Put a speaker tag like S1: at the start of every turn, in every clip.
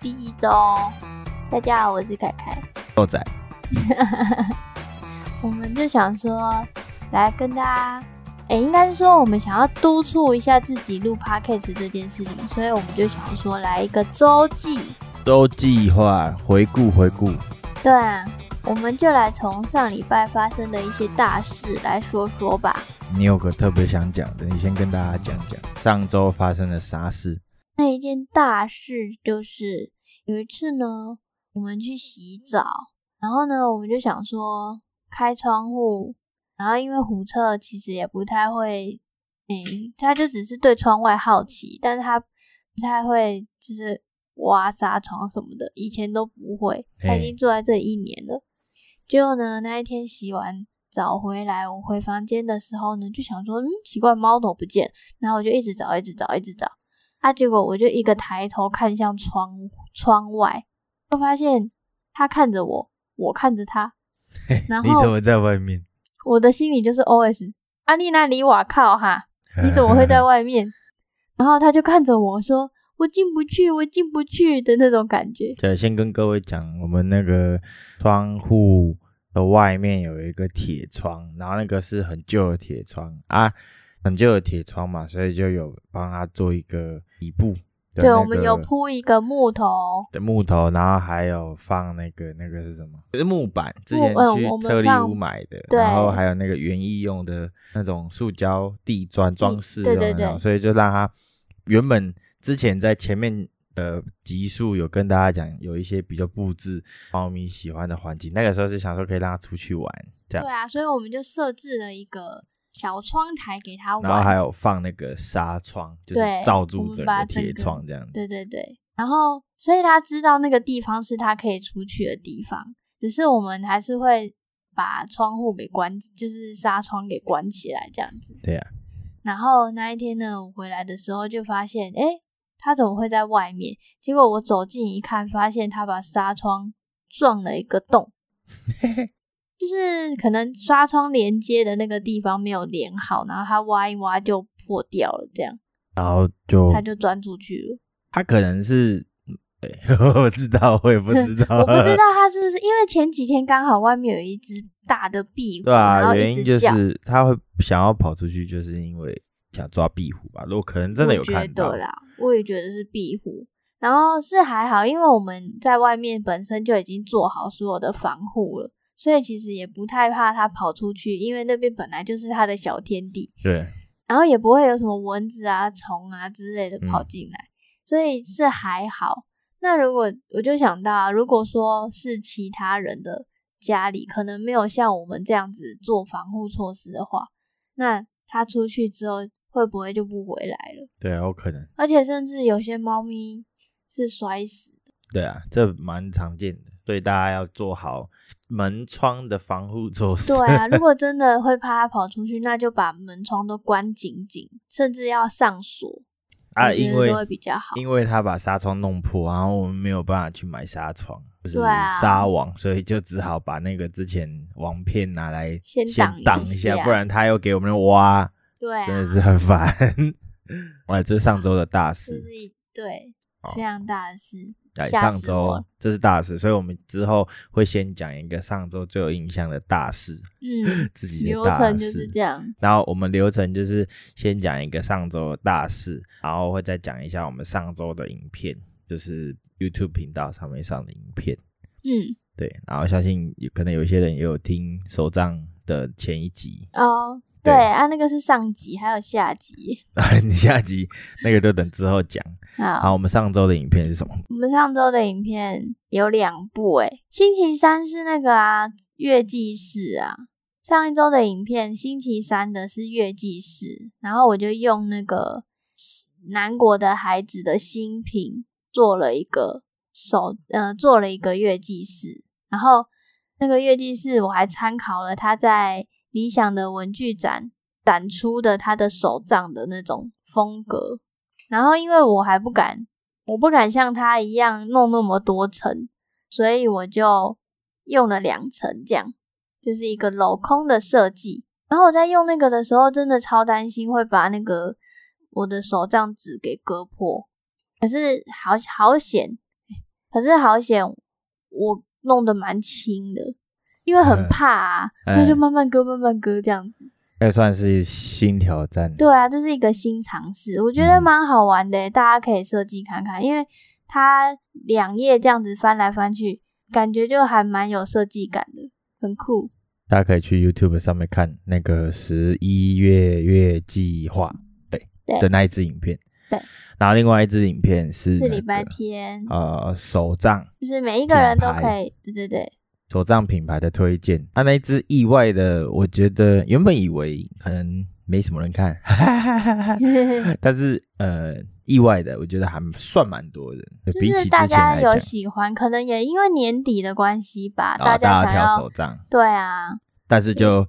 S1: 第一周。大家好，我是凯凯。
S2: 豆仔，
S1: 我们就想说，来跟大家，哎、应该是说我们想要督促一下自己录 podcast 这件事情，所以我们就想说来一个周记。
S2: 周计划回顾回顾，
S1: 对啊，我们就来从上礼拜发生的一些大事来说说吧。
S2: 你有个特别想讲的，你先跟大家讲讲上周发生了啥事。
S1: 那一件大事就是有一次呢，我们去洗澡，然后呢，我们就想说开窗户，然后因为虎彻其实也不太会，诶、他就只是对窗外好奇，但是他不太会就是挖纱窗什么的，以前都不会，他已经
S2: 嘿
S1: 住在这里一年了。结果呢，那一天洗完澡回来，我回房间的时候呢，就想说，嗯，奇怪，猫头不见了，然后我就一直找，一直找，一直找。啊，结果我就一个抬头看向窗窗外，就发现他看着我，我看着他，
S2: 嘿
S1: 然后
S2: 你怎么在外面？
S1: 我的心里就是 OS：阿丽娜，你瓦靠哈，你怎么会在？外面？然后他就看着我说：“我进不去，我进不去的那种感觉。
S2: 对，先跟各位讲，我们那个窗户的外面有一个铁窗，然后那个是很旧的铁窗啊，很旧的铁窗嘛，所以就有帮他做一个底部啊的、那
S1: 对，
S2: 个
S1: 我们有铺一个木头，
S2: 的木头，然后还有放那个那个是什么？就是木板，之前
S1: 嗯
S2: 去
S1: 我们
S2: 特力
S1: 放
S2: 屋买的，
S1: 对
S2: 然后还有那个园艺用的那种塑胶地砖装饰
S1: 对
S2: 用
S1: 对
S2: 的那种，
S1: 对
S2: 所以就让它原本之前在前面的集数有跟大家讲，有一些比较布置猫咪喜欢的环境，那个时候是想说可以让它出去玩这
S1: 对
S2: 样，
S1: 啊，所以我们就设置了一个小窗台给他
S2: 然后
S1: 玩。
S2: 还有放那个纱窗，就是
S1: 对
S2: 罩
S1: 我
S2: 住
S1: 们
S2: 整
S1: 把
S2: 个
S1: 整
S2: 铁
S1: 个
S2: 窗这样子。
S1: 对对对，然后所以他知道那个地方是他可以出去的地方，只是我们还是会把窗户给关，就是纱窗给关起来这样子。
S2: 对啊呀、
S1: 然后那一天呢，我回来的时候就发现，诶，他怎么会在外面？结果我走近一看，发现他把纱窗撞了一个洞，就是可能纱窗连接的那个地方没有连好，然后他挖一挖就破掉了，这样
S2: 然后 就
S1: 他就钻出去了。
S2: 它可能是。对， 我知道，我也不知道，
S1: 我不 知道他是不是因为前几天刚好外面有一只大的壁虎，
S2: 对
S1: 然
S2: 啊，
S1: 后
S2: 原
S1: 一直
S2: 因就
S1: 叫。
S2: 是他会想要跑出去，就是因为想抓壁虎吧。如果可能真的有
S1: 我觉
S2: 看到
S1: 得，啦，我也觉得是壁虎。然后是还好，因为我们在外面本身就已经做好所有的防护了，所以其实也不太怕它跑出去，因为那边本来就是它的小天地，
S2: 对，
S1: 然后也不会有什么蚊子啊、虫啊之类的
S2: 嗯
S1: 跑进来，所以是还好。那如果我就想到、啊，如果说是其他人的家里，可能没有像我们这样子做防护措施的话，那它出去之后会不会就不回来了？
S2: 对啊，有可能，
S1: 而且甚至有些猫咪是摔死的。
S2: 对啊，这蛮常见的，所以大家要做好门窗的防护措施。
S1: 对啊，如果真的会怕它跑出去，那就把门窗都关紧紧，甚至要上锁
S2: 啊，
S1: 我觉得
S2: 因为
S1: 都会比较好
S2: 因为他把纱窗弄破，然后我们没有办法去买纱窗，就是
S1: 对啊
S2: 纱网，所以就只好把那个之前网片拿来
S1: 先挡一
S2: 挡
S1: 下
S2: 不然他又给我们挖，
S1: 对
S2: 真的
S1: 啊，
S2: 是很烦。哇，这是上周的大
S1: 这
S2: 事。
S1: 是一对
S2: 好
S1: 非常大的事。
S2: 哎，
S1: 吓
S2: 上
S1: 死我
S2: 周 这是大事，所以我们之后会先讲一个上周最有印象的大事，
S1: 嗯，
S2: 自己的
S1: 流
S2: 大
S1: 程就是
S2: 事。
S1: 这样。
S2: 然后我们流程就是先讲一个上周的大事，然后会再讲一下我们上周的影片，就是 YouTube 频道上面上的影片。
S1: 嗯，
S2: 对，然后相信有可能有一些人也有听手账的前一集，
S1: 哦，对
S2: 对
S1: 啊，那个是上集，还有下集。
S2: 你下集那个就等之后讲。
S1: 好，
S2: 好，我们上周的影片是什么？
S1: 我们上周的影片有两部诶、星期三是那个啊月记室啊，上一周的影片星期三的是月记室，然后我就用那个南国的孩子的新品做了一个手，呃，做了一个月记室，然后那个月记室我还参考了他在理想的文具展展出的他的手账的那种风格，然后因为我还不敢，我不敢像他一样弄那么多层，所以我就用了两层，这样就是一个镂空的设计。然后我在用那个的时候，真的超担心会把那个我的手账纸给割破，可是好好险，可是好险，我弄得蛮轻的，因为很怕啊，
S2: 嗯
S1: 所以就慢慢割，慢慢割这样子。
S2: 也哎算是新挑战。
S1: 对啊，这是一个新尝试，我觉得
S2: 嗯
S1: 蛮好玩的耶，欸大家可以设计看看，因为它两页这样子翻来翻去，感觉就还蛮有设计感的，很酷。
S2: 大家可以去 YouTube 上面看那个十一月月计划，对
S1: 对
S2: 的那一支影片。
S1: 对，
S2: 然后另外一支影片是、那
S1: 是
S2: 个、
S1: 礼拜天，
S2: 呃手账
S1: 就是每一个人都
S2: 品
S1: 可
S2: 牌
S1: 以，对对 对，
S2: 手账品牌的推荐。他、那一支意外的，我觉得原本以为可能没什么人看， 但是呃意外的，我觉得还算蛮多人，
S1: 就
S2: 比
S1: 是
S2: 起
S1: 大
S2: 之前
S1: 家
S2: 来
S1: 有
S2: 讲，
S1: 喜欢，可能也因为年底的关系吧，
S2: 然
S1: 家
S2: 后大
S1: 想
S2: 挑
S1: 要
S2: 手账，
S1: 对啊，
S2: 但是就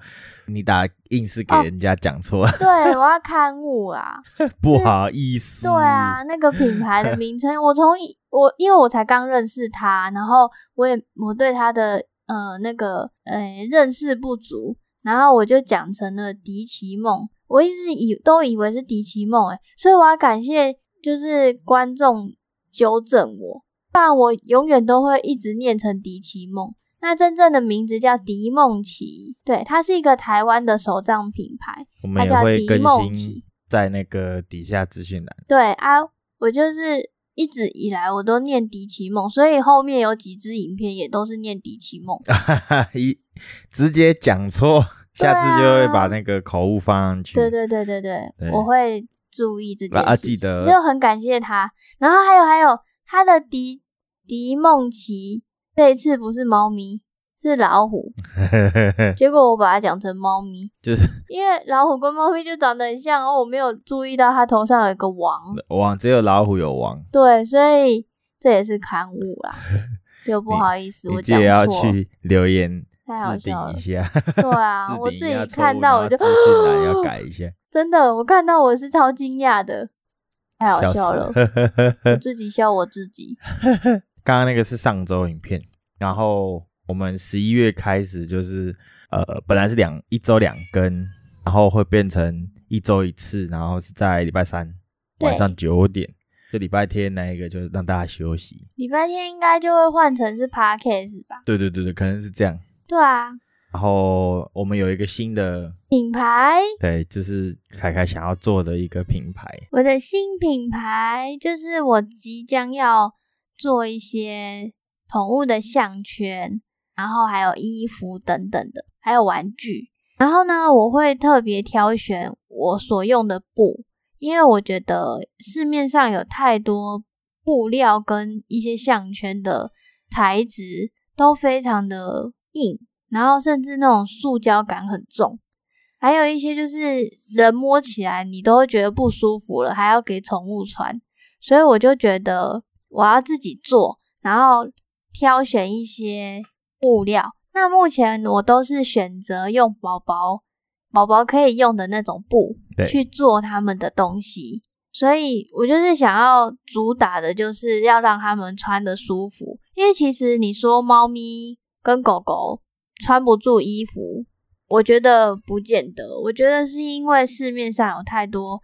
S2: 你打硬是给
S1: 哦
S2: 人家讲错，
S1: 对，我要刊物啊，
S2: 不好意思。
S1: 对啊，，那个品牌的名称，我从一我因为我才刚认识他，然后我也我对他的呃那个呃认识不足，然后我就讲成了迪奇梦，我一直以都以为是迪奇梦诶，所以我要感谢就是观众纠正我，不然我永远都会一直念成迪奇梦。那真正的名字叫迪梦琪，对，它是一个台湾的手账品牌。
S2: 我们也
S1: 它叫
S2: 会
S1: 迪
S2: 更
S1: 梦
S2: 新
S1: 琪
S2: 在那个底下资讯栏。
S1: 对啊，我就是一直以来我都念迪奇梦，所以后面有几支影片也都是念迪奇梦。
S2: 啊 一直接讲错，
S1: 对
S2: 下
S1: 啊
S2: 次就会把那个口误放上去。
S1: 对对对对对，
S2: 对
S1: 我会注意这件
S2: 啊啊
S1: 事情，
S2: 记得
S1: 就很感谢他。然后还有还有他的迪迪梦奇，这一次不是猫咪，是老 虎，结果我把它讲成猫咪，
S2: 就是
S1: 因为老虎跟猫咪就长得很像，然后我没有注意到它头上有一个王，
S2: 王只有老虎有王，
S1: 对，所以这也是刊物 啦。就不好意思，
S2: 你
S1: 我
S2: 记
S1: 讲
S2: 得要
S1: 错，
S2: 去留言
S1: 太好
S2: 置
S1: 笑了
S2: 顶一。下。
S1: 对 啊，
S2: 置
S1: 我
S2: 顶
S1: 自
S2: 一下
S1: 己
S2: 错
S1: 看
S2: 误
S1: 到
S2: 然
S1: 我
S2: 后
S1: 就
S2: 资讯栏要改一下，
S1: 真的，我看到我是超惊讶的，太好 笑了，我
S2: 死。
S1: 自己笑我自己。
S2: 刚刚那个是上周影片，然后我们十一月开始就是呃，本来是两一周两更，然后会变成一周一次，然后是在礼拜三
S1: 对
S2: 晚上九点，就礼拜天那一个就是让大家休息。
S1: 礼拜天应该就会换成是 podcast 吧？
S2: 对对对对，可能是这样。
S1: 对啊，
S2: 然后我们有一个新的，
S1: 品牌，
S2: 对，就是凯凯想要做的一个品牌，
S1: 我的新品牌就是我即将要做一些宠物的项圈，然后还有衣服等等的，还有玩具。然后呢，我会特别挑选我所用的布，因为我觉得市面上有太多布料跟一些项圈的材质都非常的硬，然后甚至那种塑胶感很重，还有一些就是人摸起来你都会觉得不舒服了，还要给宠物穿，所以我就觉得我要自己做，然后挑选一些布料。那目前我都是选择用宝宝宝宝可以用的那种布
S2: 对
S1: 去做他们的东西，所以我就是想要主打的就是要让他们穿的舒服，因为其实你说猫咪跟狗狗穿不住衣服，我觉得不见得，我觉得是因为市面上有太多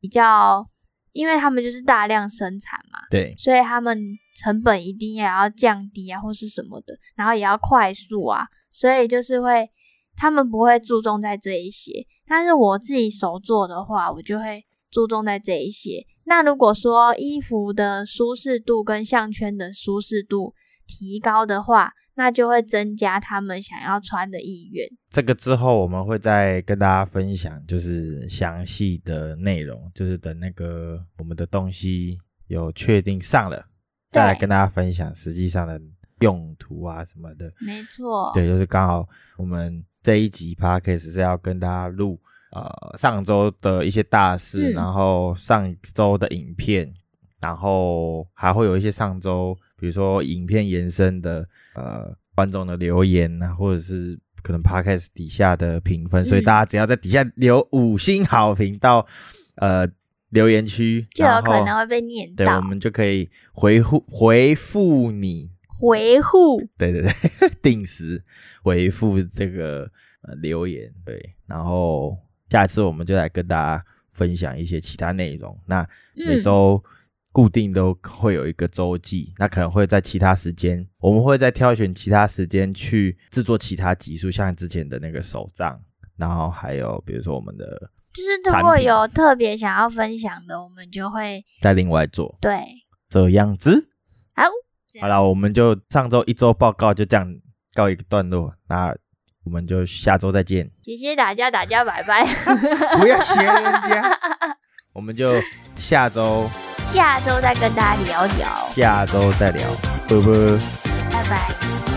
S1: 比较，因为他们就是大量生产嘛，
S2: 对，
S1: 所以他们成本一定也要降低啊，或是什么的，然后也要快速啊，所以就是会他们不会注重在这一些，但是我自己手做的话，我就会注重在这一些。那如果说衣服的舒适度跟项圈的舒适度提高的话，那就会增加他们想要穿的意愿。
S2: 这个之后我们会再跟大家分享，就是详细的内容，就是等那个我们的东西有确定上了，再来
S1: 对
S2: 跟大家分享实际上的用途啊什么的。
S1: 没错，
S2: 对，就是刚好我们这一集 podcast 是要跟大家录呃上周的一些大
S1: 嗯
S2: 事，然后上周的影片，然后还会有一些上周比如说影片延伸的呃观众的留言啊，或者是。可能 podcast 底下的评分，所以
S1: 嗯
S2: 大家只要在底下留五星好评到呃留言区，
S1: 就有
S2: 然
S1: 可
S2: 后
S1: 能会被念
S2: 对，我
S1: 到
S2: 们就可以回复回复你
S1: 回护。
S2: 对对对， 定时回复这个呃留言，对，然后下次我们就来跟大家分享一些其他内容。那每
S1: 嗯
S2: 周固定都会有一个周记，那可能会在其他时间，我们会再挑选其他时间去制作其他集数，像之前的那个手账，然后还有比如说我们的
S1: 就是
S2: 产
S1: 如果
S2: 品
S1: 有特别想要分享的，我们就会
S2: 再另外做
S1: 对
S2: 这样子。
S1: 好这样
S2: 好了，我们就上周一周报告就这样告一个段落，那我们就下周再见。
S1: 谢谢大家，大家拜拜，
S2: 不要学人家，我们就下周
S1: 下周再跟大家聊聊，
S2: 下周再聊，拜拜。
S1: 拜拜。